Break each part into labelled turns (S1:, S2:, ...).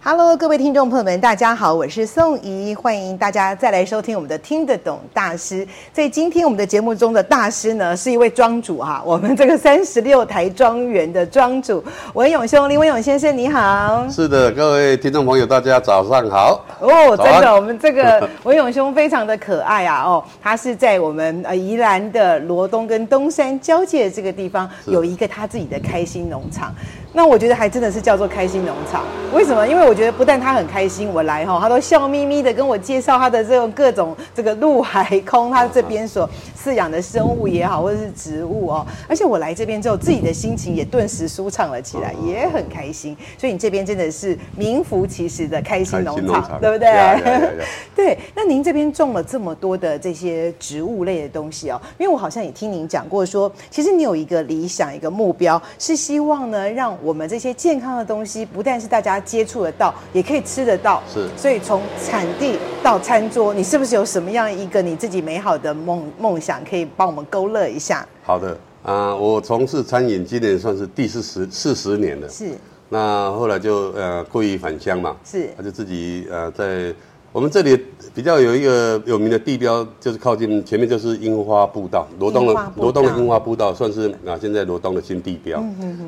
S1: Hello，各位听众朋友们，大家好，我是宋怡，欢迎大家再来收听我们的听得懂大师。在今天我们的节目中的大师呢，是一位庄主哈、我们这个 三十六台庄园的庄主文勇兄，林文勇先生，你好。
S2: 是的，各位听众朋友，大家早上好。
S1: 哦，
S2: 早
S1: 真
S2: 安
S1: 的，我们这个 文勇兄非常的可爱啊！哦，他是在我们呃宜兰的罗东跟东山交界这个地方
S2: 是
S1: 有一个他自己的开心农场。那我觉得还真的是叫做开心农场，为什么？因为我觉得不但他很开心，我来哈，他都笑眯眯的跟我介绍他的这种各种这个陆海空，他这边所饲养的生物也好，或者是植物哦。而且我来这边之后，自己的心情也顿时舒畅了起来，也很开心。所以你这边真的是名副其实的开心农场，对不对？
S2: 呀呀呀呀
S1: 对，那您这边种了这么多的这些植物类的东西哦，因为我好像也听您讲过说，其实你有一个理想、一个目标，是希望呢，让我们这些健康的东西，不但是大家接触得到，也可以吃得到。
S2: 是
S1: 所以从产地到餐桌，你是不是有什么样一个你自己美好的梦梦想，可以帮我们勾勒一下？
S2: 好的啊、我从事餐饮今年算是第四十四十年了。
S1: 是
S2: 那后来就呃故意返乡嘛，
S1: 是
S2: 他就自己呃在我们这里比较有一个有名的地标，就是靠近前面就是樱花步道，罗东
S1: 樱花
S2: 的
S1: 步道嗯
S2: 罗东的樱花步道算是啊现在罗东的新地标。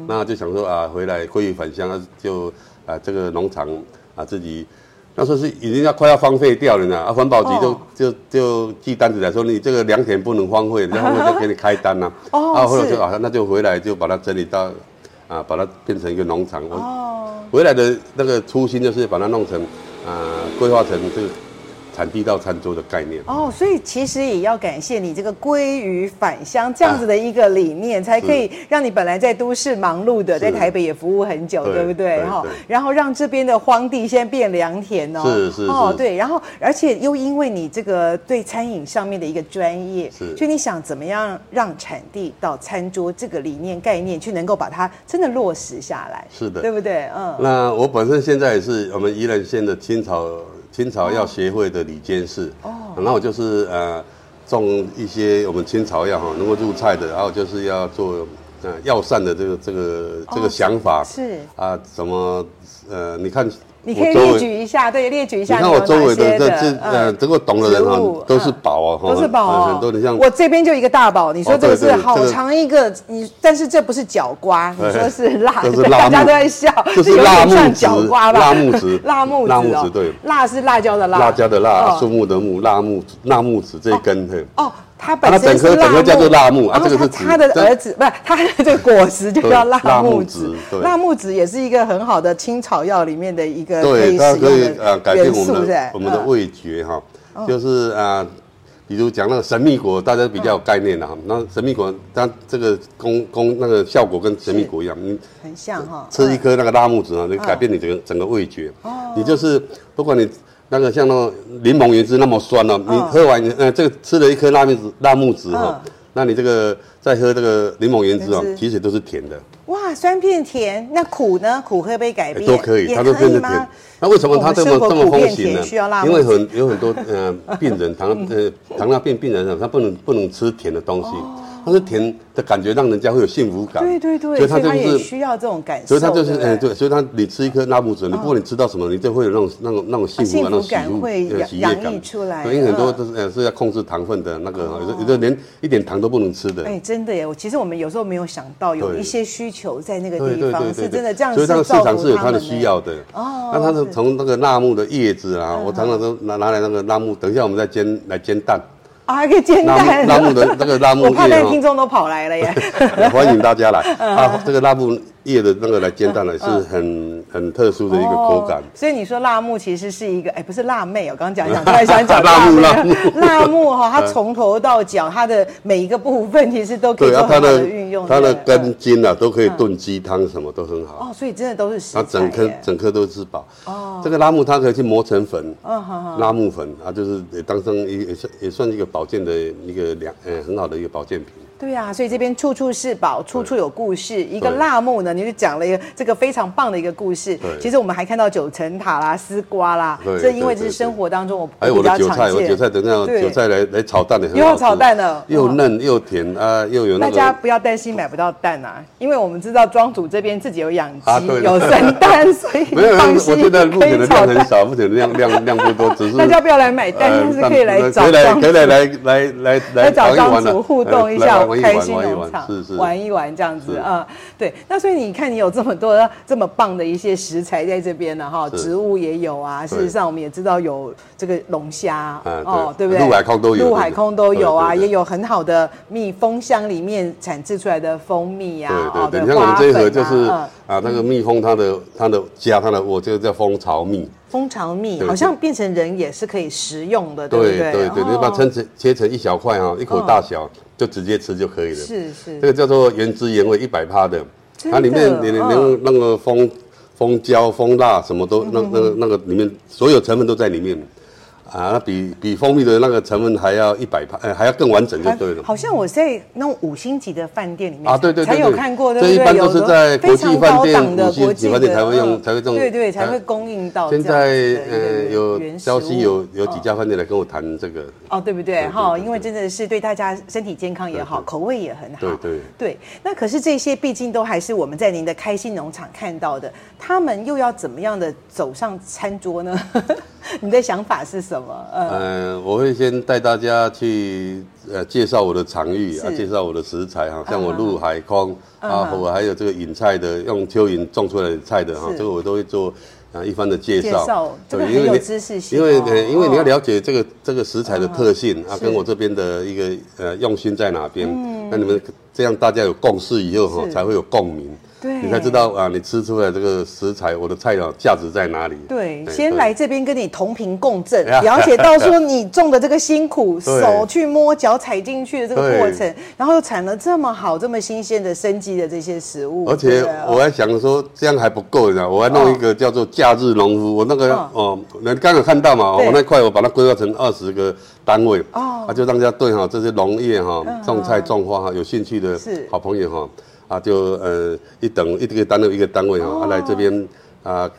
S2: 那就想说啊回来故意返乡啊就啊这个农场啊自己。那时候是已经要快要荒废掉了呢，啊，环保局就、
S1: 哦
S2: 就就寄单子来说，你这个良田不能荒废，然后我就给你开单呐、啊。
S1: 哦
S2: 啊，后来
S1: 是
S2: 就啊，那就回来就把它整理到啊，把它变成一个农场。我
S1: 哦，
S2: 回来的那个初心就是把它弄成啊，规划成这个产地到餐桌的概念。
S1: 哦，所以其实也要感谢你这个归于返乡这样子的一个理念，才可以让你本来在都市忙碌的，
S2: 是
S1: 在台北也服务很久，
S2: 对
S1: 对不对？
S2: 对
S1: 哈
S2: 对，
S1: 然后让这边的荒地现在变良田哦，
S2: 是是
S1: 哦，
S2: 是
S1: 对，然后而且又因为你这个对餐饮上面的一个专业，
S2: 是
S1: 所以你想怎么样让产地到餐桌这个理念概念去能够把它真的落实下来，
S2: 是的
S1: 对不对？嗯，
S2: 那我本身现在也是我们宜兰县的青草青草药协会的理监事。哦，那我就是呃种一些我们青草药哈，能够入菜的，然后就是要做呃药膳的这个这个这
S1: 哦
S2: 个想法。
S1: 是
S2: 啊，怎么呃，你看
S1: 你可
S2: 我
S1: 以
S2: 周围
S1: 列举一下，对，列举一
S2: 你
S1: 下
S2: 看
S1: 有
S2: 我周围
S1: 哪
S2: 的
S1: 些
S2: 这这
S1: 嗯
S2: 呃，能够懂的人
S1: 植物
S2: 哈，都是
S1: 嗯
S2: 宝哦，哈
S1: 都是宝、哦，
S2: 很多你像
S1: 我这边就一个大宝，你说
S2: 哦
S1: 这个
S2: 对
S1: 是
S2: 对这
S1: 好
S2: 个
S1: 长一个，你但是这不是角瓜，你
S2: 哎
S1: 说是辣，
S2: 这是
S1: 对
S2: 辣
S1: 大家
S2: 木
S1: 都在笑，
S2: 这是
S1: 有
S2: 辣
S1: 点
S2: 木
S1: 像
S2: 子
S1: 角瓜吧？
S2: 辣木子
S1: 辣木子、哦，
S2: 辣木子对
S1: 辣是辣椒的辣，
S2: 辣椒的辣，树
S1: 哦，
S2: 木的木，辣木辣木子这一根嘿。
S1: 哦它
S2: 啊
S1: 本
S2: 它
S1: 身
S2: 整
S1: 是
S2: 颗
S1: 辣
S2: 整颗叫做辣木啊
S1: 然后
S2: 这个是
S1: 它它的
S2: 籽这
S1: 儿子不是它的这个果实就
S2: 对
S1: 叫辣
S2: 辣木
S1: 木
S2: 子
S1: 子，
S2: 对
S1: 辣木子也是一个很好的青草药里面的一个可
S2: 对，
S1: 以
S2: 它
S1: 使
S2: 可以
S1: 用
S2: 呃
S1: 的
S2: 改变
S1: 元
S2: 我
S1: 素，
S2: 们
S1: 对
S2: 的我们的
S1: 嗯哦
S2: 味觉哈，就是啊，比如讲那个神秘果，大家比较有概念的
S1: 嗯
S2: 哈。那神秘果它这个功功那个效果跟神秘果一样，你
S1: 很像哈，
S2: 吃一
S1: 嗯
S2: 颗那个辣木子啊，就改变你整个整个味觉。哦，你就是不管你那个像那个柠檬原汁那么酸哦，你喝完呃这个吃了一颗辣木子辣木子哈
S1: 嗯，
S2: 那你这个再喝这个柠檬原汁哦
S1: 原汁，
S2: 其实都是甜的。
S1: 哇，酸变甜，那苦呢？苦会不会改变？
S2: 哎都可以，
S1: 也
S2: 它都
S1: 可
S2: 变
S1: 以
S2: 得
S1: 吗
S2: 甜？。那为什么它这么
S1: 我们生活
S2: 这么
S1: 普遍
S2: 风行
S1: 甜需要
S2: 呢？
S1: 辣吗
S2: 因为很有很多呃病人糖尿呃糖尿病病人啊，他不能不能吃甜的东西，但是甜的感觉让人家会有幸福感。
S1: 哦对对对，
S2: 所
S1: 所
S2: 以他
S1: 以
S2: 就
S1: 他
S2: 是。
S1: 也需要这种感受，
S2: 所以它就是，
S1: 对不
S2: 哎、对，所以它你吃一颗拉姆子，你不管你吃到什么，你就会有那种那种那种幸福
S1: 啊
S2: 啊感、那
S1: 幸福
S2: 种喜
S1: 感会
S2: 悦、
S1: 洋
S2: 呃喜悦
S1: 洋
S2: 感
S1: 溢出来
S2: 对因为很多
S1: 嗯
S2: 都是呃是要控制糖分的那个，有的有的连一点糖都不能吃的。
S1: 哎，真的耶！我其实我们有时候没有想到，有
S2: 对
S1: 一些需求在那个
S2: 对
S1: 地
S2: 对
S1: 方
S2: 对
S1: 是
S2: 对
S1: 真的
S2: 对，
S1: 这样，
S2: 所以它
S1: 是
S2: 的市
S1: 照
S2: 场
S1: 顾
S2: 是有
S1: 他
S2: 它的
S1: 们
S2: 需要的。
S1: 哦
S2: 那它是
S1: 是嗯
S2: 从那个辣木的叶子啊，我常常都拿拿来那个辣木，等一下我们再煎来煎蛋。
S1: 啊，还可以煎
S2: 辣
S1: 蛋，
S2: 木辣木的那个辣木
S1: 我怕
S2: 叶
S1: 那
S2: 哦
S1: 个听众都跑来了耶。嗯
S2: 欢迎大家来啊！这个辣木叶的那个来煎蛋奶是很很特殊的一个口感
S1: 哦。所以你说辣木其实是一个，哎，不是辣妹哦，我刚刚 讲一讲，突然想讲
S2: 辣木
S1: 辣
S2: 辣木嗯
S1: 辣木 哈，它从头到脚，它的每一个部分其实都可以
S2: 对
S1: 做
S2: 啊，
S1: 很
S2: 它
S1: 好
S2: 的
S1: 的嗯运用。
S2: 它的
S1: 对不对
S2: 根茎啊，都可以炖鸡汤，什么都很好。
S1: 哦，所以真的都是食
S2: 它
S1: 材
S2: 整颗
S1: 耶
S2: 整颗都是宝。哦，这个拉木它可以去磨成粉，
S1: 嗯
S2: 拉木粉啊，就是也当成一也算也算一个保健的一个良呃很好的一个保健品。
S1: 对呀、所以这边处处是宝，处处有故事。一个
S2: 对
S1: 辣木呢，你就讲了一个这个非常棒的一个故事。
S2: 对
S1: 其实我们还看到九层塔啦、丝瓜啦，
S2: 对
S1: 这因为
S2: 对
S1: 这是
S2: 对
S1: 生活当中我
S2: 还有
S1: 比
S2: 我的
S1: 较
S2: 韭
S1: 常
S2: 菜，我
S1: 见。
S2: 韭菜等一
S1: 对
S2: 下韭菜来来炒蛋也很好吃
S1: 又要炒蛋了
S2: 又嫩又甜啊，又有那
S1: 大家
S2: 个
S1: 不要担心买不到蛋啊，因为我们知道庄主这边自己有养鸡，
S2: 啊对
S1: 有生 蛋，所以
S2: 没有，
S1: 放
S2: 我
S1: 心
S2: 觉得目
S1: 可
S2: 前
S1: 以
S2: 的
S1: 炒
S2: 量很
S1: 蛋。
S2: 少，目前的量量量不多，只 是
S1: 大家不要来买蛋，但是可以来
S2: 呃
S1: 找
S2: 可以来
S1: 庄
S2: 可
S1: 主
S2: 以。来来来来
S1: 来找
S2: 玩一
S1: 张
S2: 玩啊
S1: 主互动一
S2: 呃
S1: 下
S2: 来，玩一玩
S1: 开心
S2: 玩一
S1: 农
S2: 玩
S1: 场
S2: 是是
S1: 玩一玩这样子
S2: 是
S1: 啊、对。那所以你看，你有这么多这么棒的一些食材在这边呢，哈，
S2: 是
S1: 植物也有啊。事实上，我们也知道有这个龙虾
S2: 啊对
S1: 哦，对不对？
S2: 陆海空都有
S1: 陆海空都有啊，
S2: 对对对
S1: 也有很好的蜜蜂箱里面产制出来的蜂蜜啊，
S2: 对对对，
S1: 哦
S2: 你看我们这一盒就是
S1: 花粉啊嗯
S2: 啊，那个蜜蜂它的它的家它的窝，这个叫蜂巢蜜。
S1: 蜂巢蜜，
S2: 对
S1: 好像变成人也是可以食用的，对不
S2: 对
S1: 对？
S2: 对对，
S1: 哦嗯
S2: 你把它切成切成一小块哈，一口大小就直接吃就可以了。
S1: 是是
S2: 这个叫做原汁原味，一百趴的，
S1: 真的
S2: 它里面你
S1: 嗯
S2: 能那个蜂蜂胶、蜂蜡什么都那
S1: 嗯
S2: 那个那个里面所有成分都在里面。啊，那比比蜂蜜的那个成分还要一百趴，呃，还要更完整就对了。
S1: 好像我在那种五星级的饭店里面
S2: 啊，对对对，
S1: 才
S2: 对
S1: 有看过，对不
S2: 这
S1: 对？
S2: 一般都是
S1: 有
S2: 在
S1: 的
S2: 国际饭
S1: 非
S2: 店、
S1: 常高档
S2: 五
S1: 的国
S2: 星级
S1: 际
S2: 饭店才会用，
S1: 嗯
S2: 才会这种。
S1: 对对，才会
S2: 呃
S1: 供应到这
S2: 现
S1: 样子
S2: 在
S1: 的一个
S2: 呃有
S1: 原食
S2: 消息
S1: 物嗯
S2: 有有几家饭店来跟我谈这个，
S1: 哦，对不对？哈，
S2: 对对
S1: 因为真的是对大家身体健康也好，
S2: 对对
S1: 口味也很好。
S2: 对对
S1: 那可是这些毕竟都还是我们在您的开心农场看到的，他们又要怎么样的走上餐桌呢？ 你的想法是什么？呃，
S2: 呃，我会先带大家去呃介绍我的场域啊，
S1: 是
S2: 介绍我的食材哈，像我
S1: 嗯
S2: 陆海空啊，我还有这个引菜的，用蚯蚓种出来的菜的哈
S1: 是，
S2: 这个我都会做。啊，一番的介
S1: 介绍
S2: 绍，
S1: 这个
S2: 对
S1: 很
S2: 因为
S1: 有
S2: 你
S1: 知识性
S2: 因为
S1: 哦
S2: 呃因为你要
S1: 哦
S2: 了解这个这个食材的特性啊，
S1: 是嗯
S2: 跟我这边的一个呃用心在哪边，那你们这样大家有共识以后哈，
S1: 是
S2: 才会有共鸣，
S1: 对
S2: 你才知道啊，你吃出来这个食材，我的菜啊价值在哪里？
S1: 对，先来这边跟你同频共 振，
S2: 哎呀
S1: 了解到说你种的这个辛苦，
S2: 对
S1: 手去摸、脚踩进去的这个
S2: 对
S1: 过程，然后又产了这么好、这么新鲜的生机的这些食物，
S2: 而且
S1: 对啊
S2: 我还想说，这样还不够，你知道，我还弄一个叫做“假日农夫”。我那个哦，你刚有看到嘛？哦
S1: 对
S2: 我那块我把它规划成二十个单位，哦，啊，就让大家对哈这些农业哈、种菜种花哈有兴趣的
S1: 嗯是
S2: 好朋友哈，啊，就呃一等一个单位一个单位
S1: 哦
S2: 哈，啊来这边啊，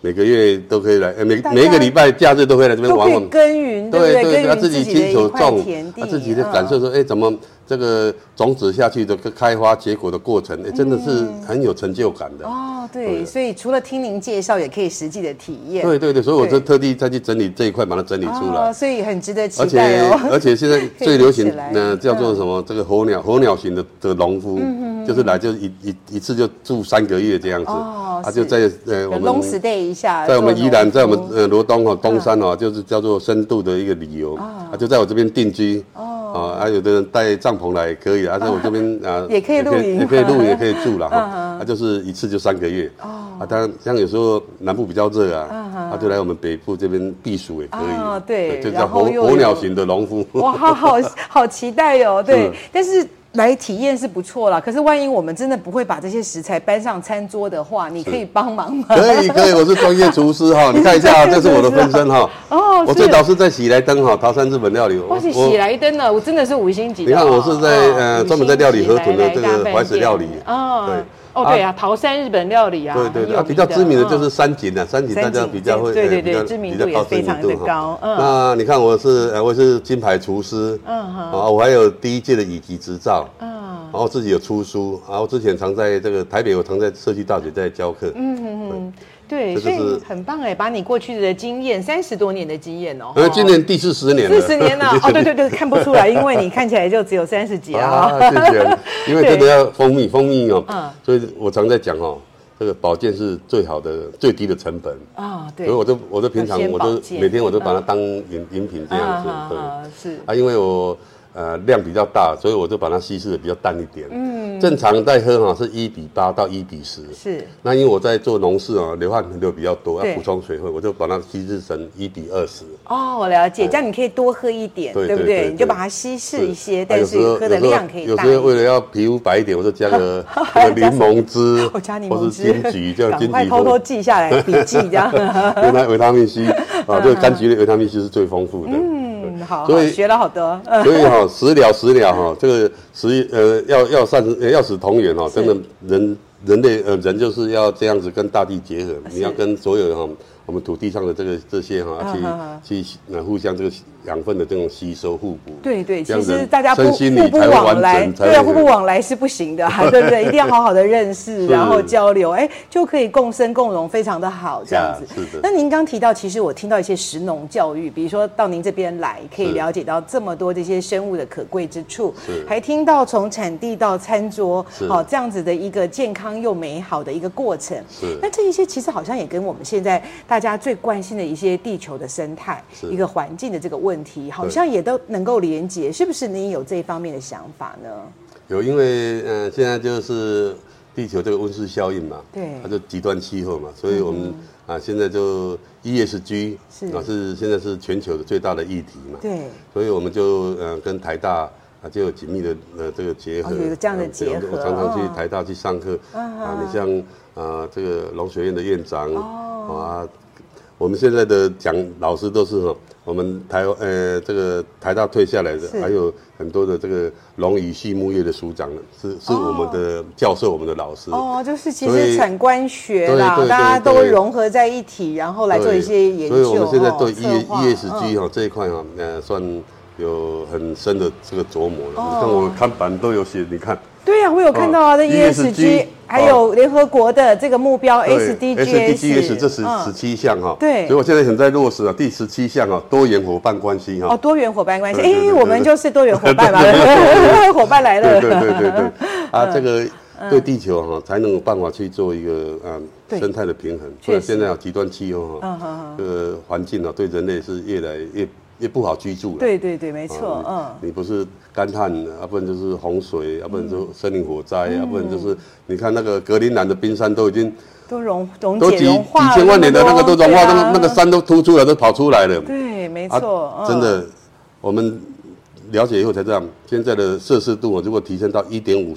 S2: 每个月都可以来，呃每
S1: 大家
S2: 每一个礼拜假日都会来这边
S1: 都可
S2: 玩玩
S1: 以。耕�耘，对不对？
S2: 对，
S1: 耕
S2: 他
S1: 耘
S2: 自己
S1: 的
S2: 亲
S1: 一
S2: 手
S1: 块
S2: 种
S1: 田，地，
S2: 他自己的
S1: 嗯
S2: 感受说，哎，怎么这个种子下去的开花结果的过程，哎，真的是很有成就感的。
S1: 嗯哦，对，
S2: 对
S1: 所以除了听您介绍，也可以实际的体验，
S2: 对对对，所以我
S1: 对
S2: 就特地再去整理这一块，把它整理出
S1: 哦，
S2: 来。
S1: 所以很值得期
S2: 而且
S1: 待哦。
S2: 而且现在最流行
S1: 可以起来嗯
S2: 呢，叫做什么？这个候鸟候鸟型的的农夫，
S1: 嗯
S2: 就是来就一一一次就住三个月这样子，
S1: 哦
S2: 他就是在呃我
S1: long
S2: 们
S1: stay 一下，
S2: 在我们
S1: 做
S2: 宜兰，
S1: 农
S2: 在我们
S1: 夫啊
S2: 呃罗东哦东山哦，就是叫做深度的一个旅游，啊就在我这边定居哦，啊有的人带帐篷来也可以，啊在我这边啊
S1: 也可以露营嗯
S2: 也可以露也可以住 了哈，啊就是一次就三个月
S1: 哦
S2: 啊，当然像有时候南部比较热啊，啊就来我们北部这边避暑也可
S1: 啊
S2: 以，
S1: 嗯对
S2: 就
S1: 然
S2: 叫
S1: 后
S2: 候
S1: 又有
S2: 候鸟型的农 夫，
S1: 哇，好好好期待哟、对
S2: 嗯，
S1: 但是来体验是不错啦。可是万一我们真的不会把这些食材搬上餐桌的话，你可以帮忙吗？
S2: 可以可以，我是专业厨师哈，你看一下啊，这是我的分身哈。
S1: 哦
S2: 我
S1: 是
S2: 最早是在喜来登哈，陶山日本料理。
S1: 哇，
S2: 我
S1: 是
S2: 我
S1: 喜来登啊的，我真的是五星级的
S2: 你
S1: 哦。
S2: 看，我是在
S1: 哦
S2: 呃专门在料理河豚的这个怀石料理
S1: 哦，
S2: 对
S1: 哦对啊，桃山日本料理啊，
S2: 对对
S1: 很
S2: 对，
S1: 有
S2: 啊比较
S1: 名
S2: 知名的
S1: 嗯
S2: 就是三井啊，三井大
S1: 三
S2: 家
S1: 井
S2: 比较会
S1: 对
S2: 呃
S1: 对对
S2: 比较
S1: 知名
S2: 比较
S1: 度也
S2: 高知
S1: 非常的
S2: 名度
S1: 高
S2: 哈。
S1: 嗯
S2: 那你看我是呃我是金牌厨师，嗯啊我还有第一届的乙级执照，
S1: 嗯
S2: 然后自己有出书，然后之前常在这个台北，我常在社区大学在教课，嗯嗯嗯。
S1: 对，
S2: 这
S1: 所
S2: 就
S1: 以
S2: 是
S1: 很棒哎，把你过去的经验，三十多年的经验哦，
S2: 呃，今年第四十年了，
S1: 四 十年了，哦，对对对，看不出来，因为你看起来就只有三十几啊。
S2: 啊，谢谢。因为真的要蜂蜜，蜂蜜哦，
S1: 嗯
S2: 所以我常在讲哦，这个保健是最好的、最低的成本。
S1: 啊，对
S2: 所以，我都我都平常
S1: 要先
S2: 我
S1: 保
S2: 都
S1: 健嗯
S2: 每天我都把它当饮饮品这样子，对。
S1: 啊啊，是
S2: 啊，因为我呃量比较大，所以我就把它稀释的比较淡一点。嗯，正常在喝哈是一比八到一比十。
S1: 是
S2: 那因为我在做农事啊，流汗流比较多，
S1: 对
S2: 要补充水分，我就把它稀释成一比二十。
S1: 哦，我了解，这样你可以多喝一点，
S2: 对
S1: 对不
S2: 对对
S1: 对？
S2: 对
S1: 你就把它稀释一些，
S2: 啊
S1: 但
S2: 有
S1: 是
S2: 时候
S1: 喝的
S2: 有时候
S1: 量可以
S2: 有
S1: 大
S2: 时候为
S1: 一
S2: 了
S1: 点。
S2: 要皮肤白一点，我就加 个加个柠檬汁，
S1: 我加柠
S2: 或
S1: 檬
S2: 是
S1: 汁
S2: 金，桔，这样
S1: 赶
S2: 金
S1: 快
S2: 桔
S1: 偷偷
S2: 粉，
S1: 记下来，笔记这 样。
S2: 原来维他命 C 啊，这个柑橘类维他命 C 是最丰富的。嗯，
S1: 嗯，好，好
S2: 所以
S1: 学了好多。嗯
S2: 所以哈、食了食了哈、这个食呃要要善呃要使同源哈、真的人人类呃人就是要这样子跟大地结合，你要跟所有哈、我们土地上的这个这些哈、
S1: 啊
S2: 去去呃互相这个养分的这种吸收互补。
S1: 对对，
S2: 这
S1: 其
S2: 样
S1: 实
S2: 人
S1: 大家互
S2: 身心
S1: 互
S2: 理
S1: 不
S2: 才会
S1: 往
S2: 完
S1: 来，
S2: 整，才
S1: 对啊，
S2: 会
S1: 互不往来是不行 的、啊，对不对？一定要好好的认识，然后交流，哎，就可以共生共荣，非常的好，这样子。
S2: 呀是的
S1: 那您刚提到，其实我听到一些食农教育，比如说到您这边来，可以
S2: 是
S1: 了解到这么多这些生物的可贵之处，还听到从产地到餐桌，
S2: 是
S1: 好、这样子的一个健康又美好的一个过程。
S2: 是
S1: 那这一些其实好像也跟我们现在大家最关心的一些地球的生态、一个环境的这个问题，好像也都能够连接，是不是？您有这一方面的想法呢？
S2: 有，因为嗯、呃现在就是地球这个温室效应嘛，
S1: 对嗯
S2: 它就极端气候嘛，所以我们、啊现在就 ESG
S1: 是
S2: 啊是现在是全球的最大的议题嘛，
S1: 对，
S2: 所以我们就呃跟台大啊就有紧密的呃这个结合，
S1: 哦有一个这样的
S2: 呃对
S1: 结合嗯
S2: 我常常
S1: 哦
S2: 去台大去上课、啊，你像啊、这个农学院的院长、
S1: 哦
S2: 啊，我们现在的讲老师都是哦我们台湾呃这个台大退下来的
S1: 是，
S2: 还有很多的这个龙语畜牧业的署长呢，是是我们的教授，我们的老师。
S1: 哦，就是其
S2: 所
S1: 实
S2: 以
S1: 产官学啦，
S2: 对对对
S1: 大家都
S2: 对
S1: 融合在一起，然后来
S2: 对，
S1: 做一些研究。
S2: 所以我们现在对
S1: 哦
S2: E
S1: 策划
S2: E S
S1: 嗯
S2: G 哈这一块哈，呃，算有很深的这个琢磨了。
S1: 哦
S2: 你看我看板都有写，你看
S1: 对呀、啊，我有看到啊，这
S2: 嗯
S1: ESG，、
S2: ESG
S1: 还有联合国的这个目
S2: 哦
S1: 标 SDGs，
S2: SDGs 这十
S1: 嗯
S2: 十七项哈，
S1: 对
S2: 所以我现在很在落实啊，第十七项啊，多元伙伴关系
S1: 哦，
S2: 哈。
S1: 多元伙伴关系，
S2: 对对
S1: 哎，
S2: 对
S1: 我们就是多元伙伴嘛，
S2: 对对
S1: 伙伴来了，
S2: 对对对对对，
S1: 嗯
S2: 啊，这个对地球哈才能有办法去做一个
S1: 对
S2: 嗯生态的平衡。不
S1: 确实嗯
S2: 然现在啊极端气候哈，这个环境啊对人类是越来越越不好居住了。
S1: 对对对没错，
S2: 啊
S1: 嗯，
S2: 你你不是干旱，要不然就是洪水，啊要不然就森林火灾，
S1: 嗯
S2: 要不然就是你看那个格陵兰的冰山都已经
S1: 都融溶
S2: 都
S1: 解
S2: 几
S1: 融化了
S2: 几千万年的那个都融化，
S1: 那
S2: 那个那
S1: 么多
S2: 个，
S1: 对啊
S2: 山都凸出来，都跑出来了。
S1: 对，没
S2: 啊
S1: 错，嗯
S2: 真的，我们了解以后才知道，现在的摄氏度如果提升到一点五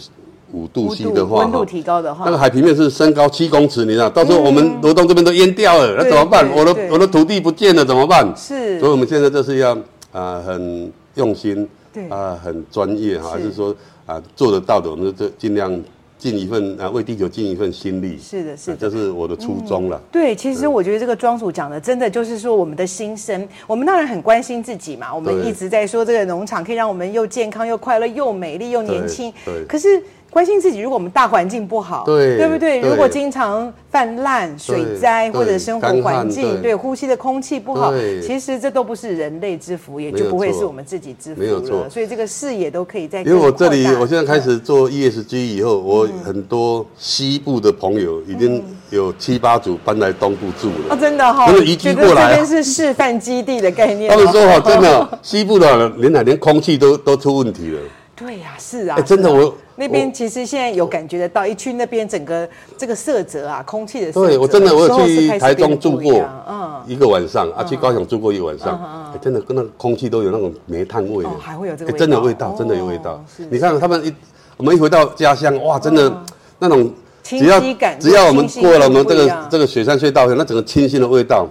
S2: 五度
S1: 温
S2: C 的
S1: 度
S2: 话，
S1: 温度
S2: 哈
S1: 提高的话
S2: 那，个海平面是升高七公尺，你知道，到时候我们罗东这边都淹掉了，那
S1: 对
S2: 怎么办？
S1: 嗯对
S2: 我的
S1: 对
S2: 我的土地不见了怎么办？
S1: 是
S2: 所以我们现在就是要啊、呃很用心，
S1: 对
S2: 啊、很专业哈，还
S1: 是
S2: 是说啊、做得到的，我们就尽量尽一份啊、为地球尽一份心力。
S1: 是的嗯是的
S2: 啊这是我的初衷了。
S1: 对，其实我觉得这个庄主讲的真的就是说我们的心声，我们当然很关心自己嘛，我们
S2: 对
S1: 一直在说这个农场可以让我们又健康又快乐又美丽又年轻
S2: 对，对
S1: 可是。关心自己，如果我们大环境不好，
S2: 对
S1: 对不对？
S2: 对
S1: 如果经常泛滥、水灾
S2: 对
S1: 或者生活
S2: 干旱
S1: 环境，
S2: 对
S1: 对呼吸的空气不好，
S2: 对
S1: 其实这都不是人类之福，也
S2: 没有
S1: 就不会
S2: 错
S1: 是我们自己之福
S2: 没有
S1: 了。
S2: 错
S1: 所以这个视野都可以在。
S2: 因为我这里，我现在开始做 ESG 以后，我
S1: 嗯
S2: 很多西部的朋友已经有七八组搬来东部住了。
S1: 哦，真的哈、
S2: 真的移居
S1: 觉得
S2: 过来啊
S1: 这边是示范基地的概念、哦。
S2: 他们说哈，真的西部的连哪连空气都都出问题了。
S1: 对呀、是啊，
S2: 哎，真
S1: 是
S2: 的
S1: 啊
S2: 我
S1: 那边
S2: 我
S1: 其实现在有感觉得到，一去那边整个这个色泽啊，空气的色泽，
S2: 对我真的我
S1: 有时
S2: 有
S1: 候是
S2: 去
S1: 开始
S2: 台
S1: 变得
S2: 中住
S1: 不一
S2: 过
S1: 样嗯，
S2: 一个晚上啊，去高雄住过一个晚上，哎真的跟那个空气都有那种煤炭味
S1: 哦，还会有这个
S2: 哎
S1: 味
S2: 真的
S1: 道
S2: 味道，真的有味
S1: 哦
S2: 道
S1: 是。
S2: 你看他们一我们一回到家乡，哇，真的那种。
S1: 清
S2: 只要
S1: 晰感
S2: 只要我们
S1: 清新
S2: 过了我们
S1: 不
S2: 这
S1: 一
S2: 个
S1: 样
S2: 这个雪山隧道，那整个清新的味道，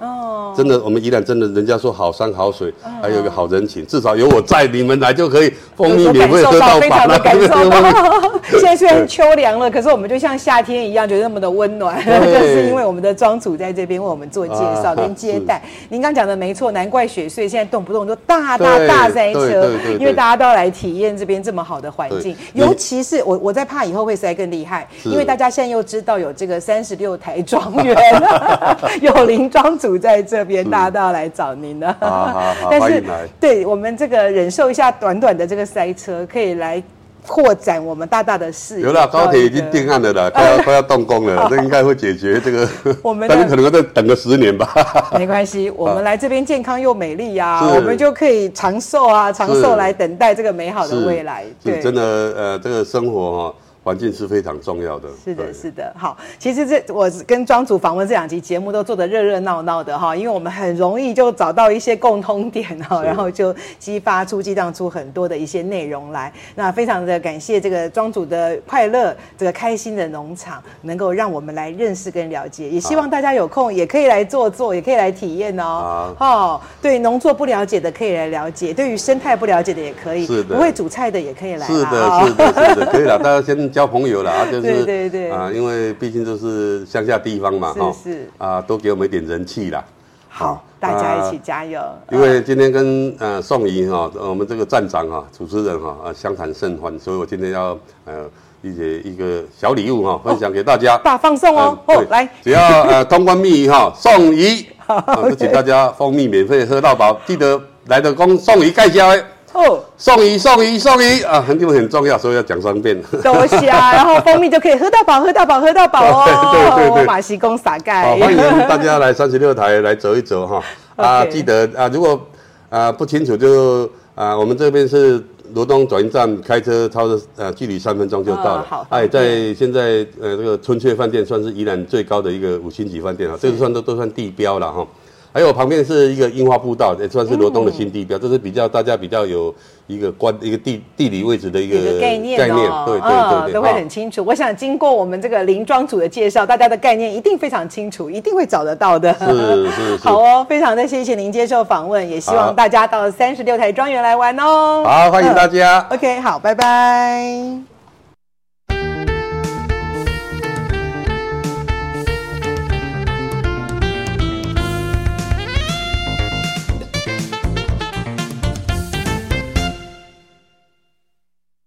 S2: 真的，我们宜兰真的，人家说好山好水，还有一个好人情，至少有我在，你们来就可以蜂蜜
S1: 有
S2: 免
S1: 感
S2: 费
S1: 受
S2: 喝
S1: 到，非
S2: 饱
S1: 常的
S2: 了，
S1: 感受
S2: 对吧
S1: 到。 现在虽然秋凉了，可是我们就像夏天一样，觉得那么的温暖。
S2: 对
S1: 就是因为我们的庄主在这边为我们做介绍
S2: 啊
S1: 跟接待。您刚讲的没错，难怪雪穗现在动不动就大大
S2: 对
S1: 大塞
S2: 对
S1: 车
S2: 对对，对
S1: 因为大家都要来体验这边这么好的环境。
S2: 对
S1: 尤其是我，我在怕以后会塞更厉害，
S2: 是
S1: 因为大家现在又知道有这个三十六台庄园， 有林庄主在这边，大家都要来找您了。
S2: 好好好 啊
S1: 但
S2: 欢
S1: 是
S2: 迎来
S1: 对我们这个忍受一下短短的这个塞车，可以来扩展我们大大的视野。
S2: 有啦，高铁已经定案了 啦，快要快要动工了，这应该会解决这个。
S1: 我们 的
S2: 但是可能要再等个十年吧。
S1: 没关系，我们来这边健康又美丽呀、
S2: 是
S1: 我们就可以长寿啊，长寿
S2: 是
S1: 来等待这个美好的未来。
S2: 是是真的，呃，这个生活哈、环境是非常重要的。
S1: 是的，
S2: 对
S1: 是的，好，其实这我跟庄主访问这两集节目都做得热热闹闹的哈，因为我们很容易就找到一些共通点哈，
S2: 是
S1: 然后就激发出、激荡出很多的一些内容来。那非常的感谢这个庄主的快乐，这个开心的农场能够让我们来认识跟了解，也希望大家有空也可以来坐坐，也可以来体验哦。哦，对农作不了解的可以来了解，对于生态不了解的也可以，
S2: 是的
S1: 不会煮菜的也可以来啦。
S2: 是
S1: 哦
S2: 的，是的， 是的，可以了，大家先交朋友了啊，就是
S1: 对对对
S2: 啊，因为毕竟就是乡下地方嘛，
S1: 是是啊
S2: 啊，多给我们一点人气啦。
S1: 好，大家一起
S2: 啊
S1: 加油。
S2: 因为今天跟呃宋怡哈、呃我们这个站长哈、主持人哈、呃相谈甚欢，所以我今天要呃一些一个小礼物哈、分享给大家。
S1: 大放送哦，
S2: 嗯
S1: 哦
S2: 对，
S1: 来，
S2: 只要呃通关密语哈，送 鱼，啊，就请大家蜂蜜免费喝到饱，记得来的公送鱼盖销哎，
S1: 哦，
S2: 送鱼送鱼送鱼啊，很因为很重要，所以要讲三遍。
S1: 多虾，啊然后蜂蜜就可以喝到饱，喝到饱，喝到饱哦。
S2: 对对对
S1: 我马西公撒
S2: 好，
S1: 盖，
S2: 哦欢迎大家来三十六台来走一走哈。啊，
S1: 哎 OK
S2: 记得啊，如果啊不清楚就啊，我们这边是罗东转运站，开车超过呃距离三分钟就到
S1: 啊好
S2: 了。哎，在现在呃这个春雀饭店算是宜兰最高的一个五星级饭店啊，这个算都都算地标了哈。还有旁边是一个樱花步道，也算是罗
S1: 嗯
S2: 东的新地标，这是比较大家比较有一个关一个地地理位置的一个
S1: 有个概念哦，
S2: 对对
S1: 嗯
S2: 对对，
S1: 都会
S2: 啊
S1: 很清楚。我想经过我们这个林庄主的介绍，大家的概念一定非常清楚，一定会找得到的。
S2: 是是是
S1: 好哦，非常的谢谢您接受访问，也希
S2: 好
S1: 望大家到三十六台庄园来玩哦。
S2: 好，欢迎大家。
S1: OK，好，拜拜。